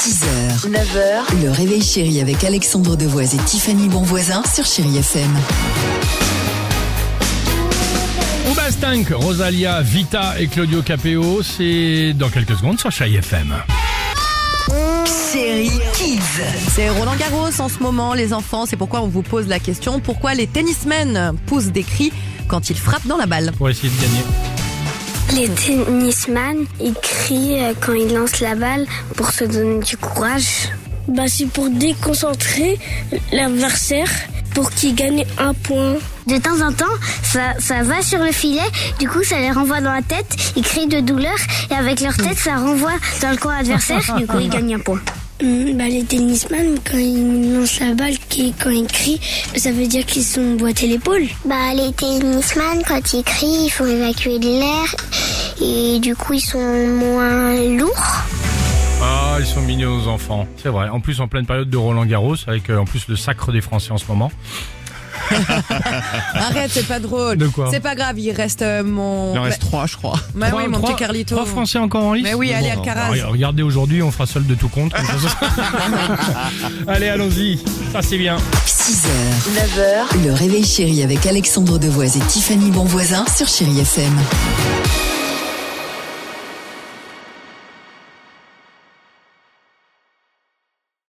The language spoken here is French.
6h, 9h, le réveil chéri avec Alexandre Devoise et Tiffany Bonvoisin sur Chéri FM. Oubastank, Rosalia, Vita et Claudio Capéo, c'est dans quelques secondes sur Chai FM. Chéri Kids. C'est Roland Garros en ce moment, les enfants. C'est pourquoi on vous pose la question pourquoi les tennismen poussent des cris quand ils frappent dans la balle Pour essayer de gagner. Les tennisman, ils crient euh, quand ils lancent la balle pour se donner du courage. Bah, c'est pour déconcentrer l'adversaire pour qu'il gagne un point. De temps en temps, ça, ça va sur le filet, du coup ça les renvoie dans la tête, ils crient de douleur et avec leur tête ça renvoie dans le coin adversaire, du coup ils gagnent un point. bah, les tennisman, quand ils lancent la balle, quand ils crient, ça veut dire qu'ils sont boités l'épaule. Bah, les tennisman, quand ils crient, il faut évacuer de l'air et du coup ils sont moins lourds. Ah, ils sont mignons nos enfants. C'est vrai. En plus, en pleine période de Roland Garros, avec euh, en plus le sacre des Français en ce moment. Arrête, c'est pas drôle. De quoi C'est pas grave, il reste euh, mon. Il en reste trois, je crois. Bah Trois- oui, mon trois- petit Carlito. Trois Français encore en lice. Mais oui, allez, bon, Alcaraz. Alors, regardez aujourd'hui, on fera solde de tout compte. Comme ça, ça- allez, allons-y. Ça, c'est bien. 6h, 9h, le réveil chéri avec Alexandre Devoise et Tiffany Bonvoisin sur Chéri FM.